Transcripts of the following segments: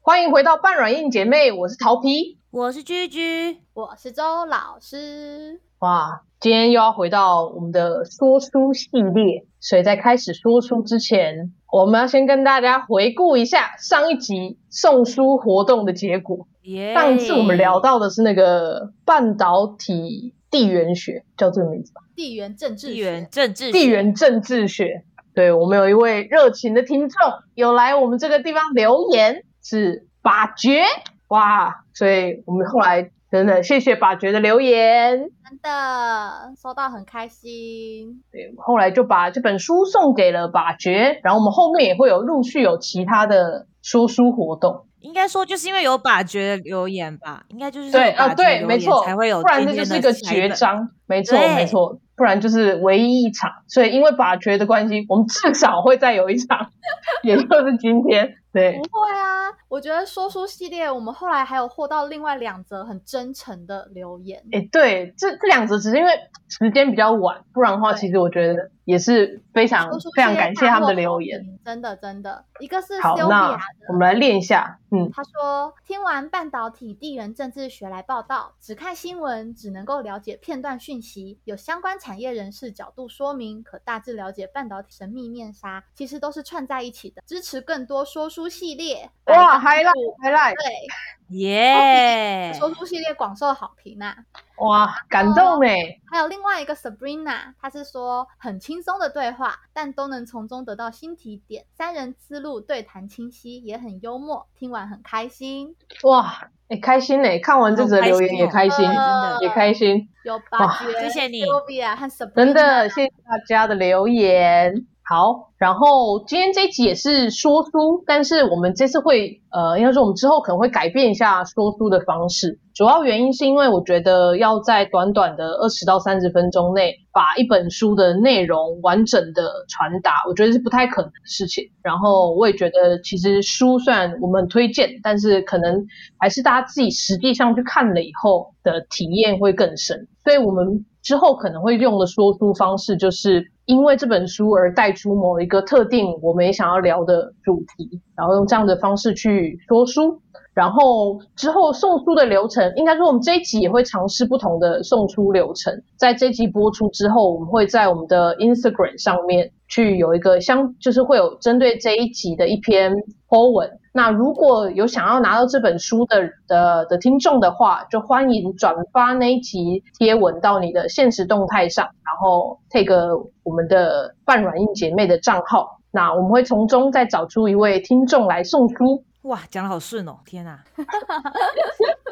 欢迎回到半软硬姐妹，我是桃皮。我是居居，我是周老师。哇，今天又要回到我们的说书系列，所以在开始说书之前，我们要先跟大家回顾一下上一集送书活动的结果。耶上一次我们聊到的是那个半导体地缘学，叫这个名字吧？地缘政治地学缘，政治学啊地缘政治学。对我们有一位热情的听众有来我们这个地方留言，是把爵哇，所以我们后来真的谢谢把爵的留言。真的收到很开心。对，后来就把这本书送给了把爵，然后我们后面也会有陆续有其他的说书活动。应该说就是因为有把决的留言吧，应该就是对有把啊，决的对，留没言错，才会有不然今这就天的是一个下一绝本。章，没错，对没错，不然就是唯一一场。所以因为把爵的关系，我们至少会再有一场， 也就是今天。对不，会啊，我觉得说书系列，我们后来还有获到另外两则很真诚的留言。哎，对，这这两则只是因为时间比较晚，不然的话，对其实我觉得也是非常说书系非列常感谢他们的大获好留评言。，真的真的，一个是好，那 Sylvia 我们来练一下，嗯，他说：“听完半导体地缘政治学来报道，只看新闻只能够了解片段讯息，有相关产业人士角度说明，可大致了解半导体神秘面纱，其实都是串在一起的。支持更多说书系列，哇百丈树，highlight，highlight，对耶！说书系列广受好评呐、哇，感动哎！还有另外一个 Sabrina，她是说很轻松的对话，但都能从中得到新提点，三人思路对谈清晰，也很幽默，听完很开心。哇，哎，开心哎！看完这则留言也开心，呃好开心哦也开心，有哇八觉，谢谢你 Sylvia 和 Sabrina，真的谢谢大家的留言。好，然后今天这一集也是说书，但是我们这次会呃，应该说我们之后可能会改变一下说书的方式。主要原因是因为我觉得要在短短的二十到三十分钟内把一本书的内容完整的传达，我觉得是不太可能的事情。然后我也觉得，其实书虽然我们很推荐，但是可能还是大家自己实际上去看了以后的体验会更深。所以我们之后可能会用的说书方式，就是因为这本书而带出某一个特定我们也想要聊的主题，然后用这样的方式去说书。然后之后送书的流程，应该说我们这一集也会尝试不同的送书流程。在这一集播出之后，我们会在我们的 Instagram 上面去有一个相，就是会有针对这一集的一篇 po 文。那如果有想要拿到这本书的的的听众的话，就欢迎转发那一集贴文到你的现实动态上，然后 take 我们的半软硬姐妹的账号。那我们会从中再找出一位听众来送书，哇，讲的好顺哦，天哪！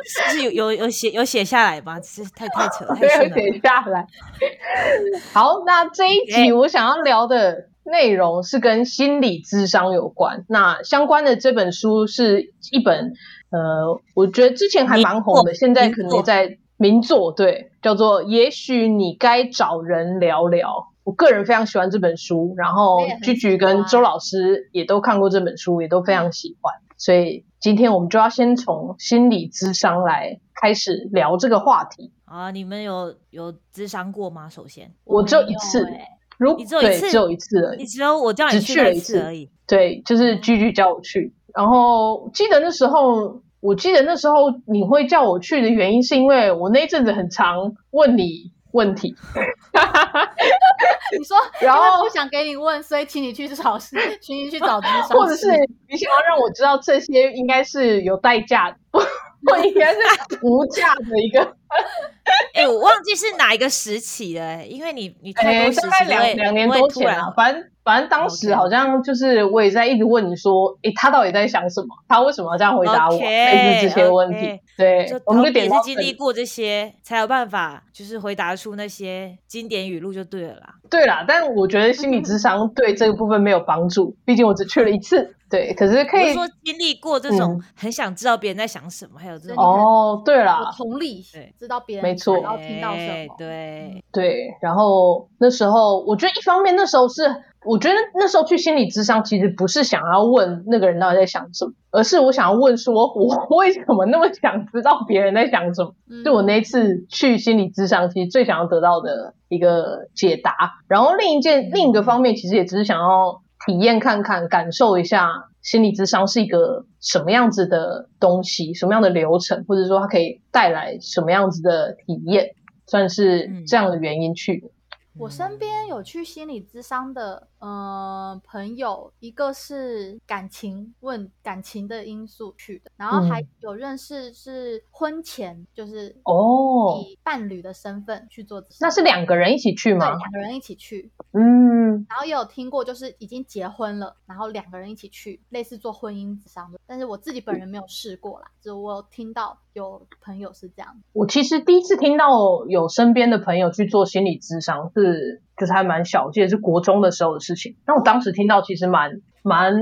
是有 有有写有写下来吗？这太太扯 太对，顺写了。下来。好，那这一集哎我想要聊的内容是跟心理智商有关。那相关的这本书是一本，呃，我觉得之前还蛮红的，现在可能也在名作，对，叫做《也许你该找人聊聊》。我个人非常喜欢这本书，然后我也很居居喜跟欢周老师也都看过这本书，也都非常喜欢。所以今天我们就要先从心理智商来开始聊这个话题。啊，你们有有智商过吗？首先，我只有一没有次欸如你只有一对次嗯只有一次而你已。只有我叫你只去去了那一次次而已。对，就是居居叫我去，然后记得那时候，我记得那时候你会叫我去的原因，是因为我那一阵子很常问你问题，你说， 然因为后不想给你问，所以请你去找师，请你去找智商 师，或者 是你想要让我知道这些应该是有代价的， 或应该是无价的一 个，哎、我忘记是哪一个时期了、欸，因为你你太哎，多时期大概两会两年会多突前然啊，反正反正当时 OK 好像就是我也在一直问你说，诶，他到底在想什么？他为什么要这样回答我？类似这些问题 OK，OK，对就，我们陶就比也点是到经这里历过这些，才有办法就是回答出那些经典语录就对了啦。对啦，但我觉得心理智商对这个部分没有帮助，毕竟我只去了一次。对，可是可嗯我以嗯是说经历过这种很想知道别人在想什么，还有这真种的哦，对有啦，同理对，知道别人没错想要听到什哎么，嗯对，对。然后那时候，我觉得一方面那时候是，我觉得那时候去心理智商其实不是想要问那个人到底在想什么，而是我想要问说我为什么那么想知道别人在想什么。嗯就我那一次去心理咨商，其实最想要得到的一个解答。然后另一件另一个方面，其实也只是想要体验看看，感受一下心理咨商是一个什么样子的东西，什么样的流程，或者说它可以带来什么样子的体验，算是这样的原因去的。我身边有去心理咨商的，呃，朋友，一个是感情问感情的因素去的，然后还嗯有认识是婚前，就是哦以伴侣的身份去做咨商，那是两个人一起去对吗？两个人一起去，嗯，然后也有听过就是已经结婚了，然后两个人一起去，类似做婚姻咨商的，但是我自己本人没有试过啦，只是我有听到有朋友是这样，我其实第一次听到有身边的朋友去做心理咨商是，就是还蛮小，我记得是国中的时候的事情。那我当时听到其实蛮蛮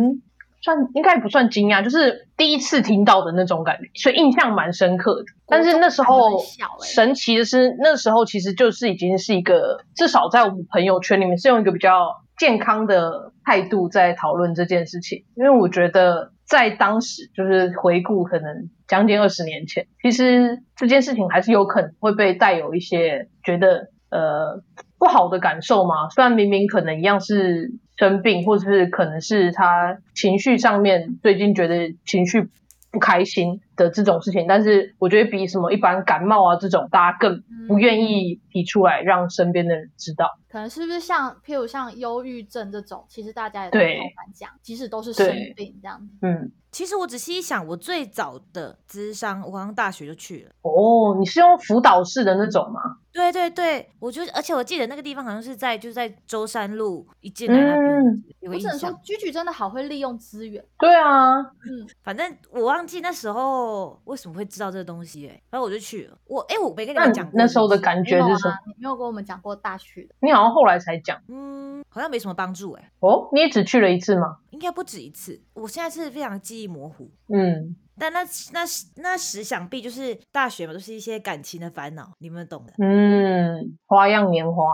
算应该不算惊讶，就是第一次听到的那种感觉，所以印象蛮深刻的。但是那时国中感觉候很小欸神奇的是，那时候其实就是已经是一个，至少在我们朋友圈里面是用一个比较健康的态度在讨论这件事情，因为我觉得在当时就是回顾可能将近二十年前，其实这件事情还是有可能会被带有一些觉得呃不好的感受嘛。虽然明明可能一样是生病，或者是可能是他情绪上面最近觉得情绪不开心的这种事情，但是我觉得比什么一般感冒啊这种，大家更不愿意提出来让身边的人知道。可能是不是像譬如像忧郁症这种，其实大家也都不对太敢讲，即使都是生对病这样子。嗯，其实我仔细一想，我最早的智商，我好像大学就去了。哦，你是用辅导式的那种吗？对对对，我就而且我记得那个地方好像是在就在舟山路一进来那边、嗯有个我印只能象说。，居居真的好会利用资源。对啊，嗯，反正我忘记那时候为什么会知道这个东西、欸，然后我就去了。我哎、我没跟你那们你讲过那时候的是不是感没觉有是什么啊？，你没有跟我们讲过大学的，你啊好像后来才讲嗯，好像没什么帮助哎、哦，你也只去了一次吗？应该不止一次。我现在是非常记忆模糊，嗯，但那那那时想必就是大学嘛，都是一些感情的烦恼，你们懂的。嗯，花样年华，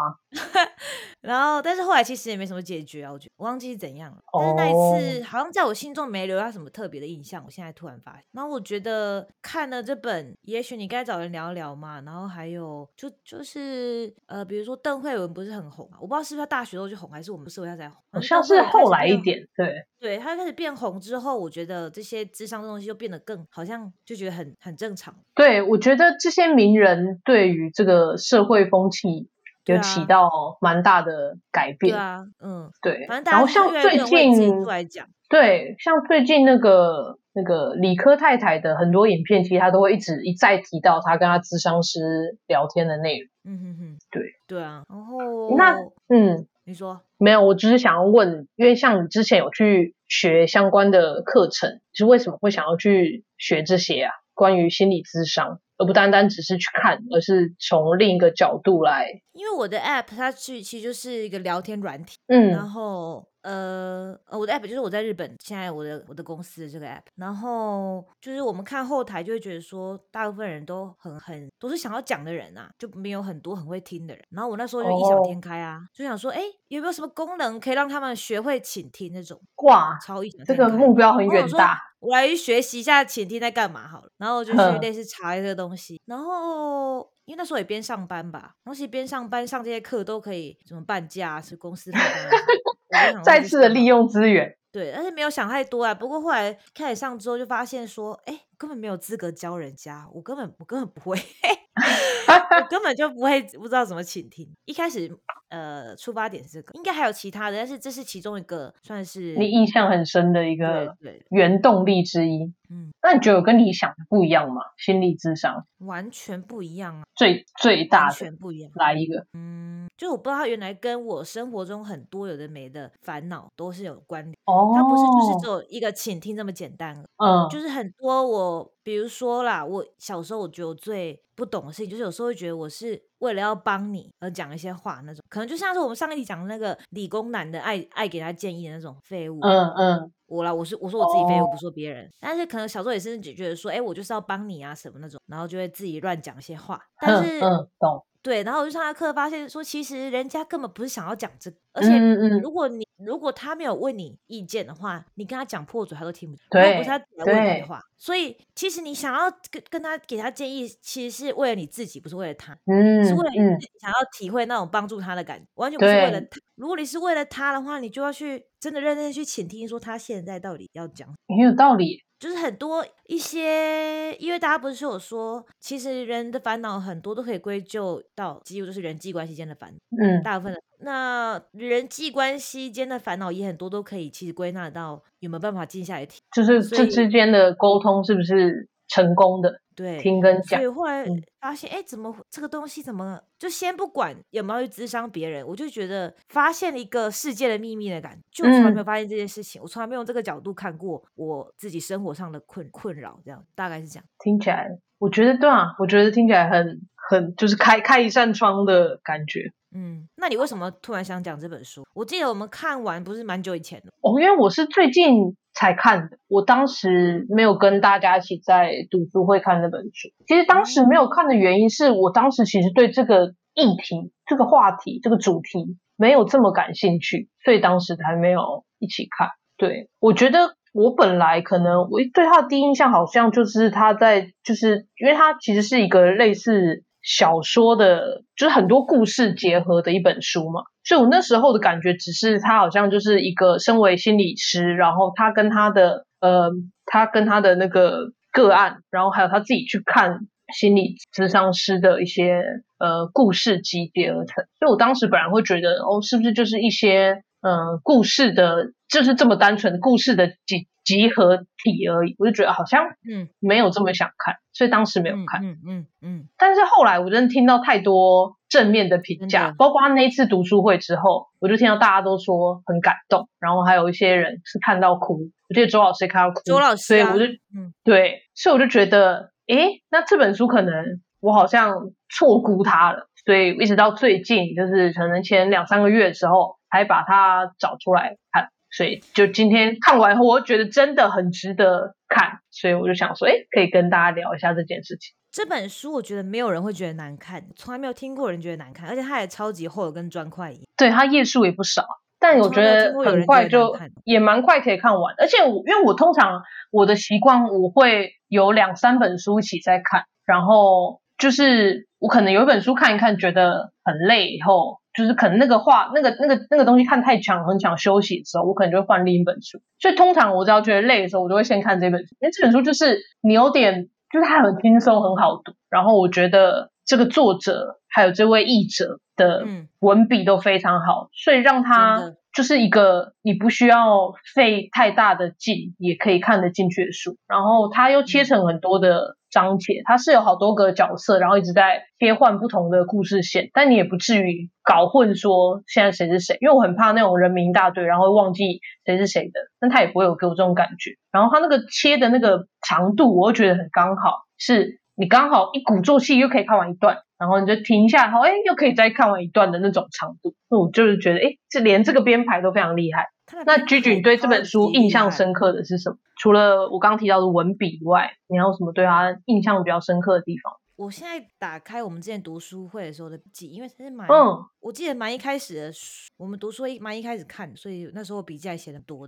然后，但是后来其实也没什么解决啊，我觉得我忘记是怎样了。但是那哦一次、好像在我心中没留下什么特别的印象，我现在突然发现。然后我觉得看了这本《也许你该找人聊聊》嘛，然后还有就就是呃，比如说邓慧文不是很红嘛，我不知道是不是他大学时候就红，还是我们社会下才红，好反正哦像邓是慧文开后始来一变点，对，哦对啊他开始变红之后，我觉得这些智商的东西就变得更好像就觉得很很正常。对，我觉得这些名人对于这个社会风气对有啊起到蛮大的改对变，啊，嗯，对反然正大后家像就越来最越多人会自己近出来讲，对，像最近那个那个理科太太的很多影片，其实她都会一直一再提到她跟她咨商师聊天的内容。嗯哼哼，对对啊。然后那嗯，你说，没有，我只是想要问，因为像你之前有去学相关的课程，是为什么会想要去学这些啊？关于心理咨商，而不单单只是去看，而是从另一个角度来，因为我的 app 它是其实就是一个聊天软体，然嗯后呃呃，我的 app 就是我在日本现在我的我的公司的这个 app，然后就是我们看后台就会觉得说，大部分人都很很都是想要讲的人啊，就没有很多很会听的人。然后我那时候就异想哦天开啊，就想说，哎，有没有什么功能可以让他们学会倾听那种？哇，超异想这天开。个目标很我想远说大，我来学习一下倾听在干嘛好了，然后我就去嗯类似查一个东西，然后因为那时候也边上班吧，然后其实边上班上这些课都可以什么半价啊，是公司负担啊什么的。我就想说再去次的上利啊，用资源，对，但是没有想太多啊。不过后来开始上之后，就发现说，哎，根本没有资格教人家，我根本我根本不会， 我根本就不会不知道怎么倾听。一开始呃出发点是这个，应该还有其他的，但是这是其中一个算是你印象很深的一嗯对个对原动力之一。嗯，那你觉得有跟你想的不一样吗？心理智商完全不一样啊，最最大完的全不一样。来一个，嗯，就我不知道他原来跟我生活中很多有的没的烦恼都是有关联，哦，嗯他不是就是只有一个倾听这么简单而已嗯，就是很多我，比如说啦，我小时候我觉得我最不懂的事情，就是有时候会觉得我是为了要帮你而讲一些话那种，可能就像是我们上一集讲的那个理工男的爱爱给他建议的那种废物。嗯嗯，哦我啦，我是我说我自己废物，不说别人。但是可能小时候也是觉得说，哎、我就是要帮你啊什么那种，然后就会自己乱讲一些话。但嗯是嗯，懂，对，然后我就上他课发现说，其实人家根本不是想要讲这个，而且嗯嗯，如果你如果他没有问你意见的话，你跟他讲破嘴他都听不懂。对如果不是他来问你对的话，所以其实你想要跟跟他给他建议，其实是为了你自己，不是为了他，嗯是为了你嗯自己想要体会那种帮助他的感觉，完全不是为了他。如果你是为了他的话，你就要去真的认真地去倾听，说他现在到底要讲很有道理。就是很多一些，因为大家不是有说，其实人的烦恼很多都可以归咎到几乎就是人际关系间的烦恼，嗯，大部分的那人际关系间的烦恼也很多都可以其实归纳到有没有办法静下来听，就是所这以之间的沟通是不是成功的？对，听跟所讲以，后来嗯发现，哎、怎么这个东西怎么就先不管有没有去咨商别人，我就觉得发现了一个世界的秘密的感觉，就从来嗯没有发现这件事情，我从来没有用这个角度看过我自己生活上的困困扰，这样大概是这样。听起来我觉得对啊，我觉得听起来很很就是开开一扇窗的感觉。嗯，那你为什么突然想讲这本书？我记得我们看完不是蛮久以前的，哦，因为我是最近才看的，我当时没有跟大家一起在读书会看那本书。其实当时没有看的原因是我当时其实对这个议题、这个话题、这个主题没有这么感兴趣，所以当时才没有一起看。对，我觉得我本来可能我对他的第一印象好像就是他在，就是因为他其实是一个类似小说的，就是很多故事结合的一本书嘛。所以我那时候的感觉只是他好像就是一个身为心理师，然后他跟他的呃，他跟他的那个个案，然后还有他自己去看心理咨商师的一些呃故事集结而成。所以我当时本来会觉得，哦，是不是就是一些呃故事的，就是这么单纯的故事的集集合体而已？我就觉得好像嗯，没有这么想看，所以当时没有看。嗯嗯嗯但是后来我真的听到太多正面的评真价的，包括那一次读书会之后，我就听到大家都说很感动，然后还有一些人是看到哭，我记得周老师也看到哭，周老师所以啊我就嗯对，所以我就觉得，诶，那这本书可能我好像错估它了，所以一直到最近，就是可能前两三个月的时候，才把它找出来看。所以就今天看完后，我觉得真的很值得看，所以我就想说，诶，可以跟大家聊一下这件事情。这本书我觉得没有人会觉得难看，从来没有听过人觉得难看，而且它也超级厚的，跟砖块一样。对，它页数也不少，但我从觉来没有得听过有很人快觉得难就看也蛮快可以看完。而且我因为我通常我的习惯，我会有两三本书一起在看，然后就是我可能有一本书看一看，觉得很累，以后就是可能那个画那个那个那个东西看太强，很想休息的时候，我可能就会换另一本书。所以通常我只要觉得累的时候，我就会先看这本书，因为这本书就是你有点就是它很轻松，很好读。然后我觉得这个作者还有这位译者的嗯文笔都非常好，所以让真它的就是一个你不需要费太大的劲也可以看得进去的书。然后它又切成很多的章节，它是有好多个角色，然后一直在切换不同的故事线，但你也不至于搞混说现在谁是谁，因为我很怕那种人名一大堆，然后会忘记谁是谁的，但他也不会有给我这种感觉。然后他那个切的那个长度，我又觉得很刚好，是你刚好一鼓作气又可以看完一段，然后你就停一下，然后哎又可以再看完一段的那种长度。那我就是觉得，哎，这连这个编排都非常厉害。它的那编菊排菊，你对这超本书级印厉象害深刻的是什么？除了我刚提到的文笔以外，你还有什么对他印象比较深刻的地方？我现在打开我们之前读书会的时候的记忆，因为它是蛮，嗯，我记得蛮一开始的书，我们读书会蛮一开始看，所以那时候笔记还写的多。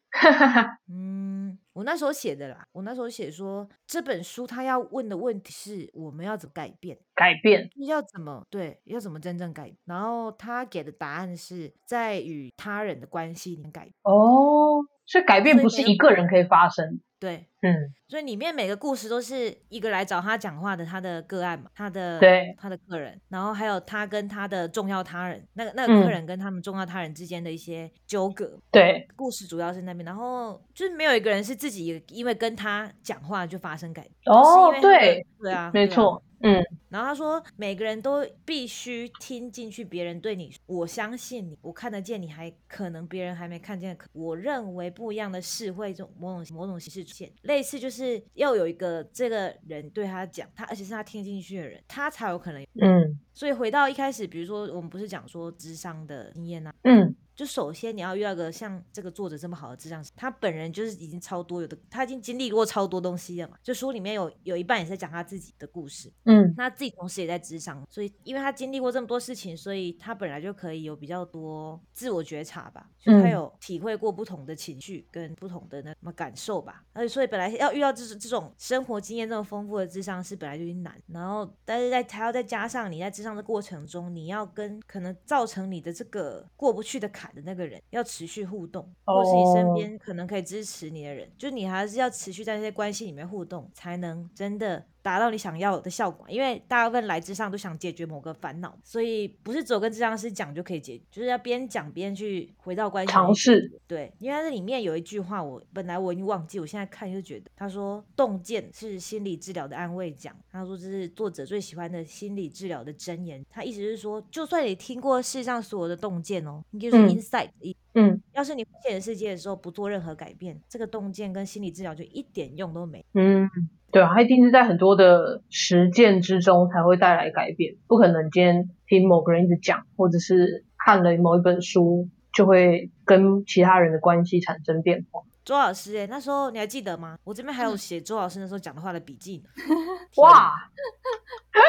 嗯，我那时候写的啦，我那时候写说这本书它要问的问题是我们要怎么改变， 改变，要怎么对，要怎么真正改变。然后他给的答案是在与他人的关系里面改变。哦，所以改变所以不没是有一个人可以发生。对，嗯，所以里面每个故事都是一个来找他讲话的他的个案嘛，他的对他的客人，然后还有他跟他的重要他人，那个那嗯个客人跟他们重要他人之间的一些纠葛。对，故事主要是那边，然后就是没有一个人是自己因为跟他讲话就发生改变。哦都是因为他的对，对啊，没对啊错，嗯，然后他说，每个人都必须听进去别人对你，我相信你，我看得见你还可能别人还没看见，可我认为不一样的事会这种某种某种形式出现，类似就是要有一个这个人对他讲，他而且是他听进去的人，他才有可能有。嗯所以回到一开始，比如说我们不是讲说智商的经验啊，嗯，就首先你要遇到一个像这个作者这么好的智障，他本人就是已经超多有的，他已经经历过超多东西了嘛。就书里面有有一半也是在讲他自己的故事，嗯，那他自己同时也在智商，所以因为他经历过这么多事情，所以他本来就可以有比较多自我觉察吧，就他嗯有体会过不同的情绪跟不同的那什么感受吧。而且所以本来要遇到这这种生活经验这么丰富的智商是本来就已经难，然后但是在还要再加上你在智商的过程中，你要跟可能造成你的这个过不去的坎的那个人要持续互动，或是你身哦边可能可以支持你的人，就你还是要持续在这些关系里面互动，才能真的达到你想要的效果。因为大部分来智商都想解决某个烦恼，所以不是只有跟智商师讲就可以解决，就是要边讲边去回到关系里面尝试解决。对，因为它这里面有一句话我，本来我已经忘记，我现在看就觉得他说洞见是心理治疗的安慰奖，他说这是作者最喜欢的心理治疗的箴言。他意思是说，就算你听过世上所有的洞见哦，你就是嗯 insight 一嗯要是你回现实世界的时候不做任何改变，这个洞见跟心理治疗就一点用都没。嗯，对啊，它一定是在很多的实践之中才会带来改变，不可能今天听某个人一直讲，或者是看了某一本书就会跟其他人的关系产生变化。周老师、欸，那时候你还记得吗？我这边还有写周老师那时候讲的话的笔记呢。嗯 哇，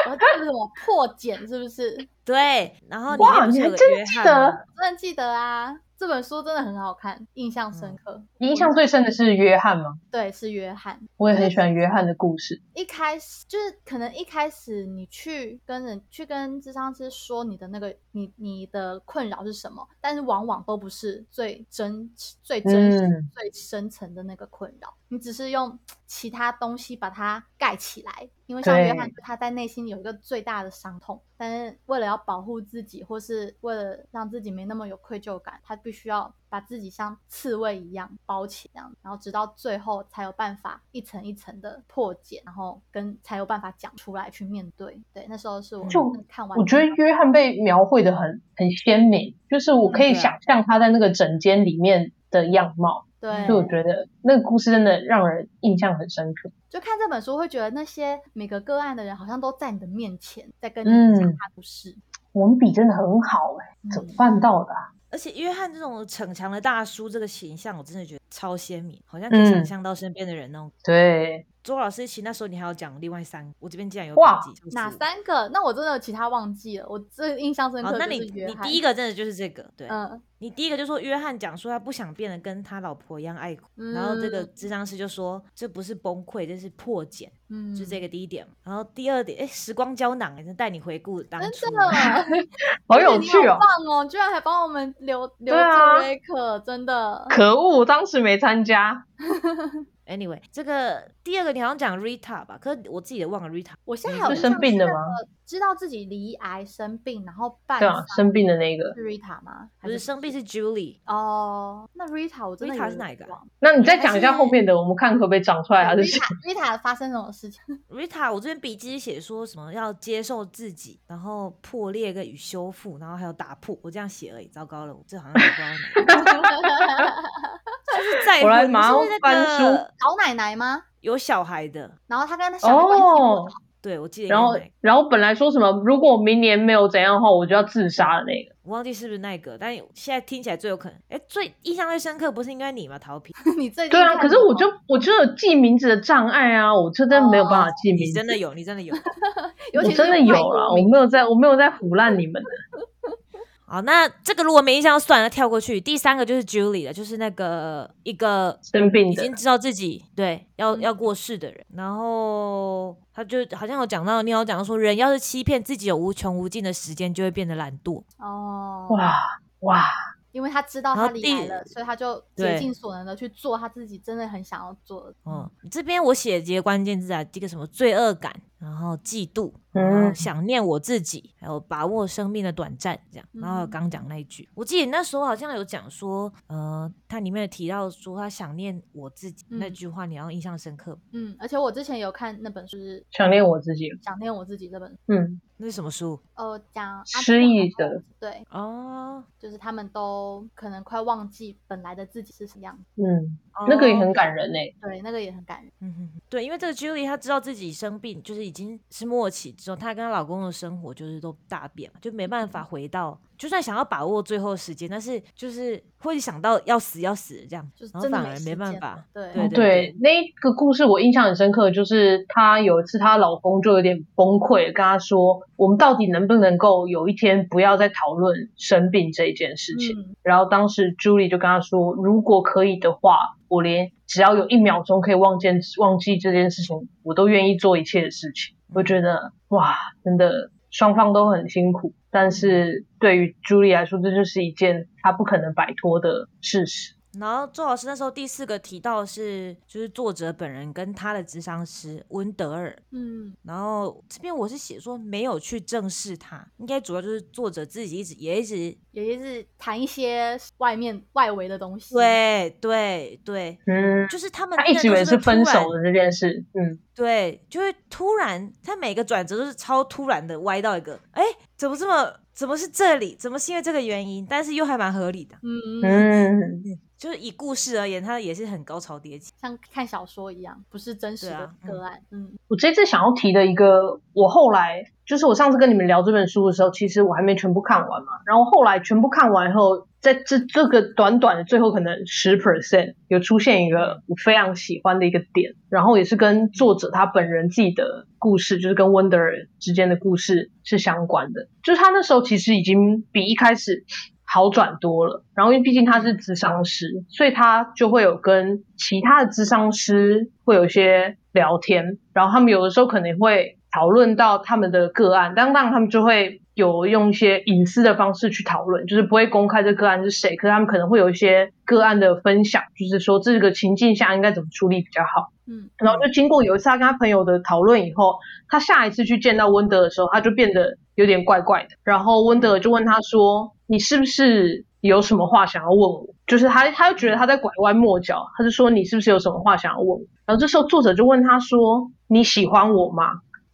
我这是我破茧是不是？ 对，然后里哇面不是你有还个真约记翰得吗？我真的记得啊，这本书真的很好看，印象深刻。嗯印象最深的是约翰吗？对，是约翰。我也很喜欢约翰的故事。一开始就是可能一开始你去跟人去跟智商师说你的那个你你的困扰是什么，但是往往都不是最真最真实、嗯最深层的那个困扰，你只是用其他东西把它盖起来。因为像对约翰，他在内心有一个最大的伤痛，但是为了要保护自己，或是为了让自己没那么有愧疚感，他必须要把自己像刺猬一样包起来，然后直到最后才有办法一层一层的破解，然后跟才有办法讲出来去面对。对，那时候是我就看完，我觉得约翰被描绘的很很鲜明，就是我可以嗯对啊想象他在那个整间里面的样貌，对，所以我觉得那个故事真的让人印象很深刻。就看这本书会觉得那些每个个案的人好像都在你的面前，在跟嗯你讲他的故事。文笔真的很好哎、嗯怎么办到的啊、而且约翰这种逞强的大叔这个形象，我真的觉得超鲜明，好像可以想嗯象到身边的人那种。对，周老师，其实那时候你还有讲另外三个，我这边竟然有哇笔记，哪笑死我？三个？那我真的有其他忘记了，我最印象深刻哦，那就你是约你翰。第一个真的就是这个，对，嗯，你第一个就说约翰讲说他不想变得跟他老婆一样爱哭，嗯然后这个智商师就说这不是崩溃，这是破茧，嗯，就这个第一点嘛。然后第二点，哎，时光胶囊，诶带你回顾当初，真的。哦好而且有你趣哦好！棒哦！居然还帮我们留留对啊住瑞克，真的。可恶，我当时没参加。 Anyway，这个第二个你好像讲 Rita 吧，可是我自己也忘了 Rita。我现在你还有是印生象病是了那吗个知道自己罹癌生病，然后办对啊，丧生病的那个。是 Rita 吗？还不是生病是 Julie，哦，那 Rita 我真的 Rita 有是点哪一个啊忘了那你再讲一下还是后面的，我们看可不可以长出来啊他是谁？ Rita Rita 发生什么事情？ Rita，我这边笔记写说什么要接受自己，然后破裂跟与修复，然后还有打破，我这样写而已。糟糕了，我这好像也不知道哪个。 就是再我来婚马上就是那翻个老奶奶吗？有小孩的，然后她跟她小孩关系不哦好，，对我记得应该然后是那个，然后本来说什么，如果我明年没有怎样的话，我就要自杀的那个。我忘记是不是那个，但现在听起来最有可能。哎，最印象最深刻不是应该你吗？陶皮， 你最近对啊，可看是什我么就我就有记名字的障碍啊，我真的没有办法记 你名字，真的有，你真的有。 尤我其是真的有外啦，国我名没有在我没有在胡乱你们的。好，那这个如果没印象就算了，跳过去。第三个就是 Julie 了，就是那个一个生病已的经知道自己对要嗯要过世的人，然后他就好像有讲到，你有讲到说，人要是欺骗自己有无穷无尽的时间，就会变得懒惰。哦，哇哇，因为她知道然她后罹第癌了，所以她就竭对尽所能的去做她自己真的很想要做的。嗯，这边我写几个关键字啊，第一个什么罪恶感，然后嫉妒，嗯然后想念我自己，还有把握生命的短暂，这样。然后嗯刚讲那一句，我记得那时候好像有讲说，呃，它里面有提到说他想念我自己、那嗯句话，你要印象深刻。嗯，而且我之前有看那本书是想念我自己。 《想念我自己》这本书，嗯，那是什么书？哦，讲阿失德忆和的，对，哦，就是他们都可能快忘记本来的自己是什么样子。嗯，那个也哦很感人呢、欸对，那个也很感人。嗯哼哼，对，因为这个 Julie 她知道自己生病，就是已经是末期之后，她跟她老公的生活就是都大变嘛，就没办法回到就算想要把握最后时间，但是就是会想到要死要死这样，就是然后真的反而时没办间法了。。对对对那个故事我印象很深刻，就是她有一次她老公就有点崩溃，跟她说：“我们到底能不能够有一天不要再讨论生病这一件事情？”嗯，然后当时 Julie 就跟她说：“如果可以的话，我连只要有一秒钟可以忘记忘记这件事情，我都愿意做一切的事情。”我觉得哇，真的双方都很辛苦，但是对于 Julie 来说，这就是一件她不可能摆脱的事实。然后周老师那时候第四个提到的是，就是作者本人跟他的智商师温德尔，嗯，然后这边我是写说没有去正视他，应该主要就是作者自己一直也一直也就是谈一些外面外围的东西。，对对对，嗯，就是他们她一直以为是分手的，的这件事，嗯，对，就会突然他每个转折都是超突然的歪到一个，哎，怎么这么怎么是这里，怎么是因为这个原因，但是又还蛮合理的，嗯，嗯嗯，就是以故事而言，它也是很高潮迭起，像看小说一样，不是真实对的啊嗯个案。嗯我这次想要提的一个，我后来就是我上次跟你们聊这本书的时候，其实我还没全部看完嘛。然后后来全部看完后，在这这个短短的最后可能十 percent 有出现一个我非常喜欢的一个点，然后也是跟作者他本人自己的故事，就是跟温德尔之间的故事是相关的。就是他那时候其实已经比一开始好转多了。然后因为毕竟他是咨商师，所以他就会有跟其他的咨商师会有一些聊天，然后他们有的时候可能会讨论到他们的个案，但当然他们就会有用一些隐私的方式去讨论，就是不会公开这个案是谁，可是他们可能会有一些个案的分享，就是说这个情境下应该怎么处理比较好。嗯，然后就经过有一次他跟他朋友的讨论以后，他下一次去见到温德尔的时候，他就变得有点怪怪的。然后温德尔就问他说：“你是不是有什么话想要问我？”就是他，他就觉得他在拐弯抹角，他就说：“你是不是有什么话想要问我？”然后这时候作者就问他说：“你喜欢我吗？”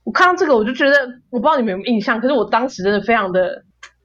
我看到这个，我就觉得，我不知道你们有没有印象，可是我当时真的非常的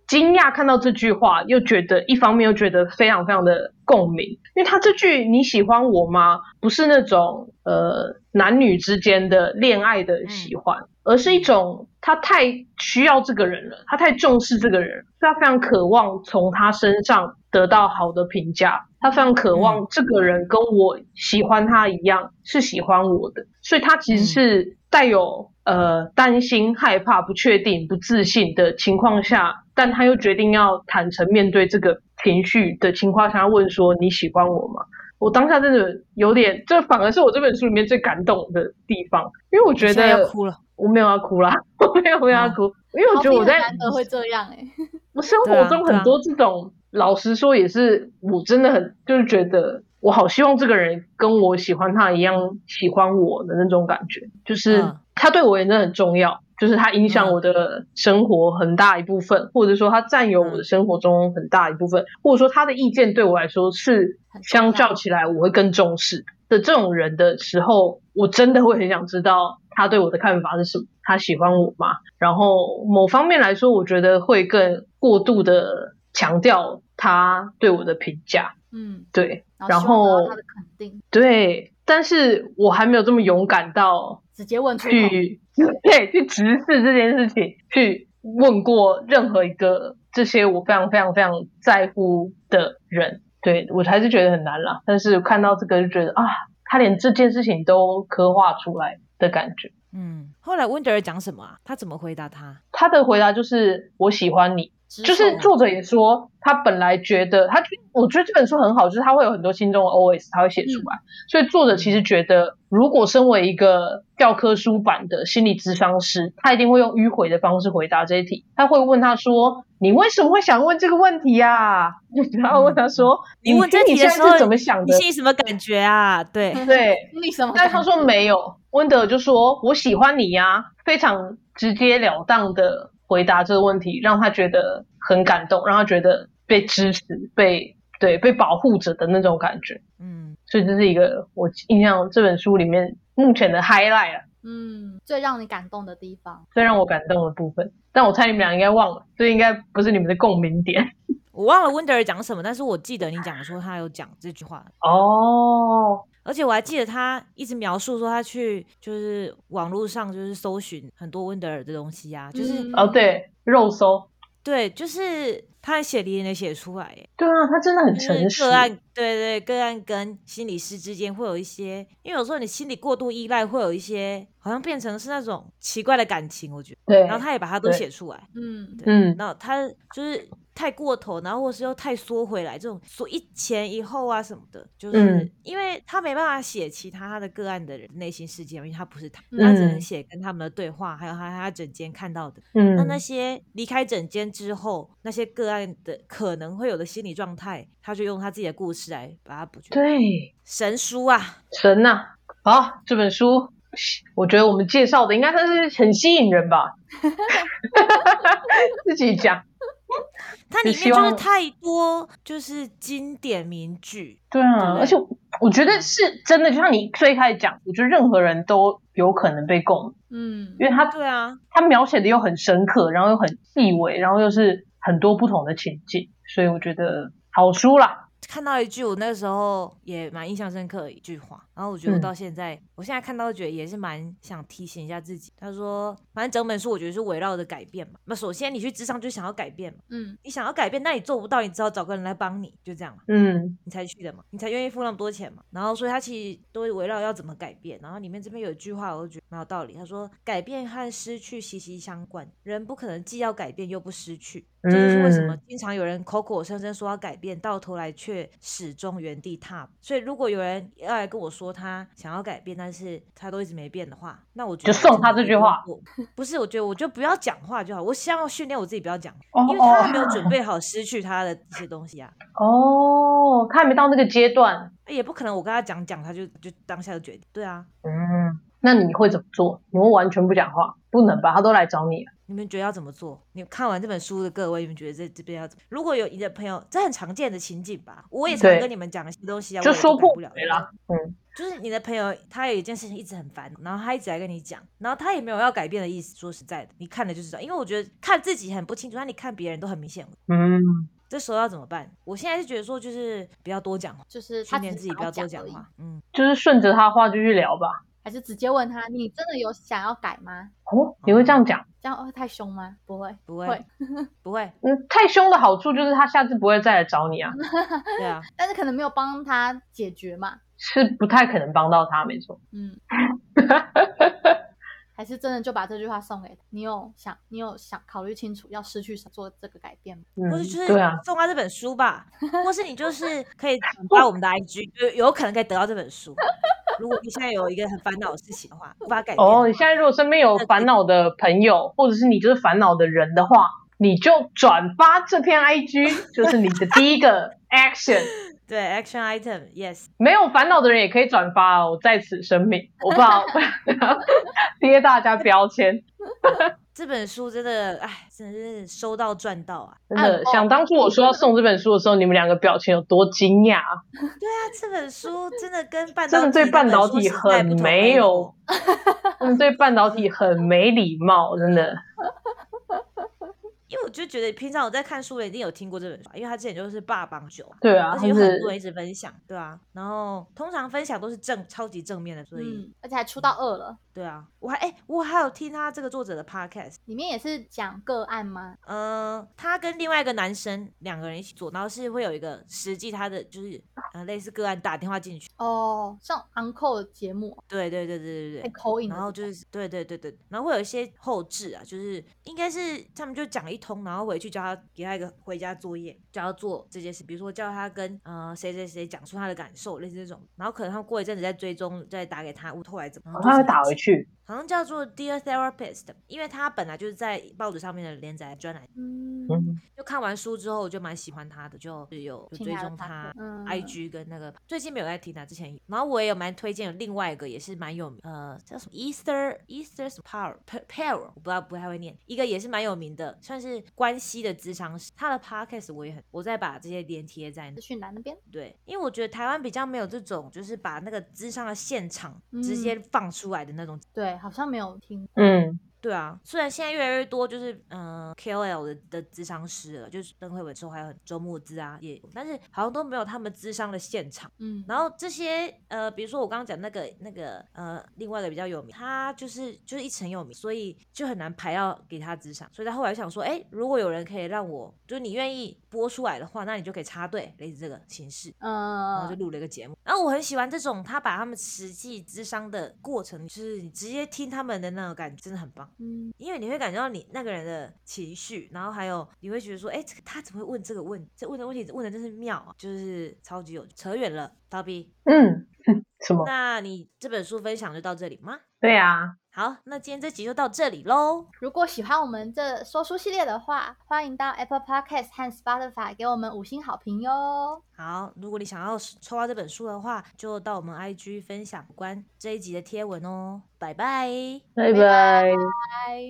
惊讶，看到这句话，又觉得一方面又觉得非常非常的共鸣，因为他这句“你喜欢我吗”不是那种呃男女之间的恋爱的喜欢，而是一种他太需要这个人了，他太重视这个人了，所以他非常渴望从他身上得到好的评价，他非常渴望这个人跟我喜欢他一样是喜欢我的，所以他其实是带有呃担心、害怕、不确定、不自信的情况下，但他又决定要坦诚面对这个情绪的情况下，他问说你喜欢我吗？我当下真的有点，这反而是我这本书里面最感动的地方，因为我觉现在要得哭了，我没有要哭啦，我没有没有嗯要哭，因为我觉得我在难得会这样哎、我生对活啊中对很啊多这种，老实说也是，我真的很就是觉得我好希望这个人跟我喜欢他一样喜欢我的那种感觉，就是嗯他对我也真的很重要，就是他影响嗯我的生活很大一部分，或者说他占有我的嗯生活中很大一部分，或者说他的意见对我来说是很重要相较起来我会更重视的这种人的时候，我真的会很想知道他对我的看法是什么，他喜欢我吗？然后某方面来说，我觉得会更过度的强调他对我的评价，嗯，对然然后希望得到他的肯定，对，但是我还没有这么勇敢到直接问出口。去对去直视这件事情，去问过任何一个这些我非常非常非常在乎的人，对我还是觉得很难啦。但是看到这个就觉得啊，他连这件事情都刻画出来的感觉。嗯。后来温德尔讲什么啊？他怎么回答他？他的回答就是我喜欢你，直就手是作者也说，他本来觉得他，我觉得这本书很好，就是他会有很多心中的 OS，他会写嗯出来。所以作者其实觉得，如果身为一个教科书版的心理咨商师，他一定会用迂回的方式回答这一题。他会问他说：“你为什么会想问这个问题呀、 然后问他说：“嗯你问觉这得题你现的在时候是怎么想你的心里什么感觉啊？对，对。你什么感但觉？他说没有，温德尔就说我喜欢你呀、非常直截了当的回答这个问题，让他觉得很感动，让他觉得被支持、被对被保护着的那种感觉。嗯，所以这是一个我印象这本书里面目前的 highlight 啊，嗯，最让你感动的地方，最让我感动的部分。但我猜你们俩应该忘了，这应该不是你们的共鸣点我忘了温德尔讲什么，但是我记得你讲说他有讲这句话， 哦。而且我还记得他一直描述说他去就是网络上就是搜寻很多温德尔的东西啊，就是、嗯哦，对，肉搜，对，就是他很血淋淋的写出来耶。对啊，他真的很就是诚实个。案，对对，个案跟心理师之间会有一些，因为有时候你心理过度依赖，会有一些好像变成是那种奇怪的感情，我觉得。对然，后他也把它都对写出来，嗯，嗯，然后他就是太过头，然后或是又太缩回来，这种缩一前一后啊什么的，就是、嗯因为他没办法写其他他的个案的人内心世界嘛，因为他不是他，他只能嗯写跟他们的对话，还有他他整间看到的。嗯，那那些离开整间之后，那些个案的可能会有的心理状态，他就用他自己的故事来把它补全。对，神书啊，神呐、好，这本书，我觉得我们介绍的应该算是很吸引人吧。 自己讲，它就里面希就是望太多就是经典名句，对啊，对而且我我觉得是真的，就像你最开始讲，我觉得任何人都有可能被共鸣，嗯，因为他对啊，他描写的又很深刻，然后又很细微，然后又是很多不同的情境，所以我觉得好书啦。看到一句我那时候也蛮印象深刻的一句话，然后我觉得我嗯到现在，我现在看到觉得也是蛮想提醒一下自己。他说，反正整本书我觉得是围绕着改变嘛。那首先你去职场就想要改变嘛，嗯，你想要改变，那你做不到，你只好找个人来帮你，就这样嘛。嗯你才去的嘛，你才愿意付那么多钱嘛。然后，所以他其实都围绕要怎么改变。然后里面这边有一句话，我就觉得蛮有道理。他说，改变和失去息息相关，人不可能既要改变又不失去。这就是为什么嗯经常有人口口声声说要改变，到头来却始终原地踏步。所以，如果有人要来跟我说他想要改变，但是他都一直没变的话，那我觉得就送我真的他这会句话跟我。不是，我觉得我就不要讲话就好。我想要训练我自己不 要讲话，哦因为他还没有准备好失去他的一些东西啊。哦，他还没到那个阶段。也不可能，我跟他讲讲，他就就当下就决定。对啊，嗯，那你会怎么做？你会完全不讲话？不能吧？他都来找你了。你们觉得要怎么做？你看完这本书的各位，你们觉得这这边要怎么？如果有你的朋友，这很常见的情景吧？我也常对跟你们讲一些东西啊，就我也都说改破不了嘴啦。嗯，就是你的朋友，他有一件事情一直很烦，然后他一直来跟你讲，然后他也没有要改变的意思。说实在的，你看了就知道，因为我觉得看自己很不清楚，但你看别人都很明显。嗯，这时候要怎么办？我现在是觉得说，就是不要多讲话，就是他训练只自己是想不要多讲讲而已，话。嗯，就是顺着他的话就去聊吧。还是直接问他，你真的有想要改吗？哦，你会这样讲？这样会哦太凶吗？不会，不会，不会，嗯，太凶的好处就是他下次不会再来找你啊，对啊。但是可能没有帮他解决嘛。是不太可能帮到他，没错。 嗯，还是真的就把这句话送给他。你有想，你有想考虑清楚要失去什么做这个改变吗？嗯或是就是对啊，送他这本书吧，或是 你就是可以转发我们的 IG，就有可能可以得到这本书。如果你现在有一个很烦恼的事情的话，无法改变的话。哦，你现在如果身边有烦恼的朋友，或者是你就是烦恼的人的话，你就转发这篇 IG，就是你的第一个 action。 对 action item，yes，没有烦恼的人也可以转发哦，我在此声明，我不好 贴大家标签。这本书真的，哎，真的是收到赚到啊！真的暗，号想当初我说要送这本书的时候，你们两个表情有多惊讶啊？对啊，这本书真的跟半导真体的对半导体那本书时代很不同哦没有 level，他嗯们对半导体很没礼貌，真的。因为我就觉得平常我在看书的一定有听过这本书啊，因为他之前就是霸榜九啊。对啊，而就且有很是多人一直分享，对啊，然后通常分享都是正超级正面的，所以、嗯，而且还出到二了，对啊，我还哎、我还有听他这个作者的 podcast，里面也是讲个案吗？呃，他跟另外一个男生两个人一起做，然后是会有一个实际他的就是啊呃类似个案打电话进去，哦，像 Uncle 节目对对对对对被对。口音，然后就是对对对对，然后会有一些后置啊，就是应该是他们就讲一通，然后回去叫他给他一个回家作业，叫他做这件事，比如说叫他跟呃谁谁谁讲述他的感受，类似这种，然后可能他过一阵子再追踪，再打给他，我后来怎么，然后就哦他会是打一回起，去。好像叫做 Dear Therapist，因为他本来就是在报纸上面的连载专栏嗯，嗯，就看完书之后，我就蛮喜欢他的，就就有就听追他的踪发他布嗯 IG 跟那个最近没有在听他啊之前有，然后我也有蛮推荐有另外一个也是蛮有名，呃，叫什么 Easter Easter 什么 Power Power，我不知道不太会念，一个也是蛮有名的，算是关系的智商师，他的 podcast 我也很，我再把这些连贴在资讯栏那边，对，因为我觉得台湾比较没有这种，就是把那个智商的现场嗯直接放出来的那种，对，好像没有听过，嗯，对啊，虽然现在越来越多就是嗯、呃 KOL 的的智商师了，就是邓慧文之后还有很周木之啊也有，但是好像都没有他们智商的现场。嗯，然后这些呃，比如说我刚刚讲那个那个呃，另外一个比较有名，他就是就是一直很有名，所以就很难排到给他职场。所以他后来就想说，哎，如果有人可以让我，就是你愿意播出来的话，那你就可以插队，类似这个形式。然后就嗯，录了一个节目，然后我很喜欢这种，他把他们实际智商的过程，就是你直接听他们的那种感觉，真的很棒。嗯，因为你会感觉到你那个人的情绪，然后还有你会觉得说，哎、这个他怎么会问这个问？这问的问题问的真是妙啊，就是超级有趣。扯远了，刀逼。嗯，什么？那你这本书分享就到这里吗？对啊，好，那今天这集就到这里喽。如果喜欢我们这说书系列的话，欢迎到 Apple Podcast 和 Spotify 给我们五星好评哟。好，如果你想要抽到这本书的话，就到我们 IG 分享有关这一集的贴文哦。拜拜。拜拜拜。拜。